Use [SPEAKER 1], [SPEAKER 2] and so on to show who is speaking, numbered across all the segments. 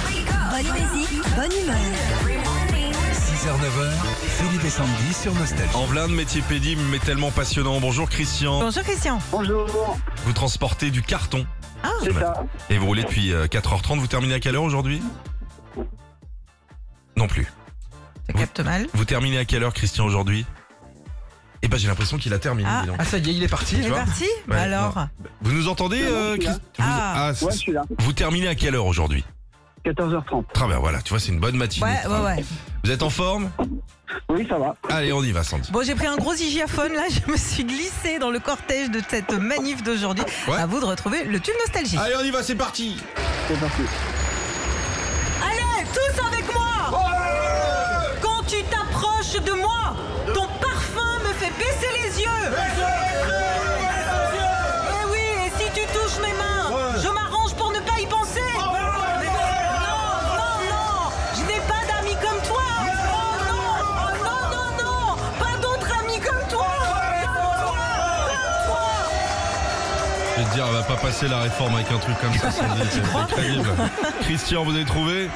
[SPEAKER 1] Bonne musique, bonne humeur.
[SPEAKER 2] 6h, 9h, Philippe et Sandy sur Nostalgie.
[SPEAKER 3] En plein de métier pénible mais tellement passionnant. Bonjour Christian.
[SPEAKER 4] Bonjour Christian.
[SPEAKER 5] Bonjour,
[SPEAKER 3] Vous transportez du carton
[SPEAKER 4] Ah,
[SPEAKER 5] c'est ça.
[SPEAKER 3] et vous roulez depuis euh, 4h30. Vous terminez à quelle heure aujourd'hui Non plus.
[SPEAKER 4] je capte mal.
[SPEAKER 3] Vous terminez à quelle heure Christian aujourd'hui Eh ben j'ai l'impression qu'il a terminé.
[SPEAKER 4] Ah.
[SPEAKER 3] dis donc.
[SPEAKER 2] Ah, ça y est, il est parti.
[SPEAKER 4] C'est
[SPEAKER 3] vois
[SPEAKER 4] parti
[SPEAKER 3] Ouais,
[SPEAKER 4] Alors
[SPEAKER 3] Vous nous entendez euh,
[SPEAKER 5] Ouais, je suis
[SPEAKER 3] Christ- vous...
[SPEAKER 4] Ah.
[SPEAKER 3] c'est-
[SPEAKER 5] Ouais, je suis là.
[SPEAKER 3] vous terminez à quelle heure aujourd'hui
[SPEAKER 5] 14h30.
[SPEAKER 3] Très bien, voilà, tu vois, c'est une bonne matinée.
[SPEAKER 4] Ouais, ouais, ouais.
[SPEAKER 3] Vous êtes en forme
[SPEAKER 5] Oui, ça va.
[SPEAKER 3] Allez, on y va, Sandy.
[SPEAKER 4] Bon, j'ai pris un gros hygiaphone là, je me suis glissée dans le cortège de cette manif d'aujourd'hui.
[SPEAKER 3] Ouais.
[SPEAKER 4] À vous de retrouver le tube nostalgie.
[SPEAKER 3] Allez, on y va, c'est parti
[SPEAKER 5] C'est parti.
[SPEAKER 4] Allez, tous avec moi Quand tu t'approches de moi, ton parfum me fait baisser les yeux Eh oui, et si tu touches mes mains, je m'arrange pour ne pas y penser Non, non, non Je n'ai pas d'amis comme toi Oh non Oh non, non, non Pas d'autres amis comme toi Comme toi Comme toi
[SPEAKER 3] Je vais te dire, elle va pas passer la réforme avec un truc comme ça, Sandy. C'est c'est crédible. Christian, vous avez trouvé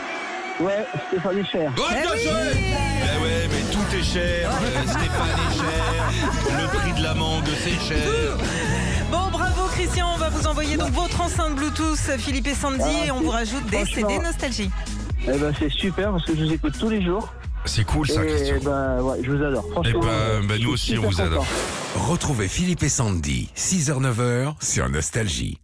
[SPEAKER 5] Ouais, Stéphanie Cher.
[SPEAKER 3] Bonne
[SPEAKER 4] Eh oui.
[SPEAKER 3] nouvelle Ben ouais, mais tout est cher. euh, Stéphane est cher. Le prix de la mangue, c'est cher.
[SPEAKER 4] Bon, bravo Christian, on va vous envoyer donc votre enceinte Bluetooth Philippe et Sandy
[SPEAKER 5] Ah,
[SPEAKER 4] et on vous rajoute des
[SPEAKER 5] franchement.
[SPEAKER 4] CD nostalgie.
[SPEAKER 5] Eh ben, c'est super parce que je vous écoute tous les jours.
[SPEAKER 3] C'est cool ça, Christian.
[SPEAKER 5] Et ben, ouais, je vous adore.
[SPEAKER 3] Eh
[SPEAKER 5] Franchement.
[SPEAKER 3] ben, ben, nous
[SPEAKER 5] je
[SPEAKER 3] aussi,
[SPEAKER 5] suis
[SPEAKER 3] on
[SPEAKER 5] super
[SPEAKER 3] vous adore.
[SPEAKER 5] content.
[SPEAKER 2] Retrouvez Philippe et Sandy, 6h, 9h sur Nostalgie.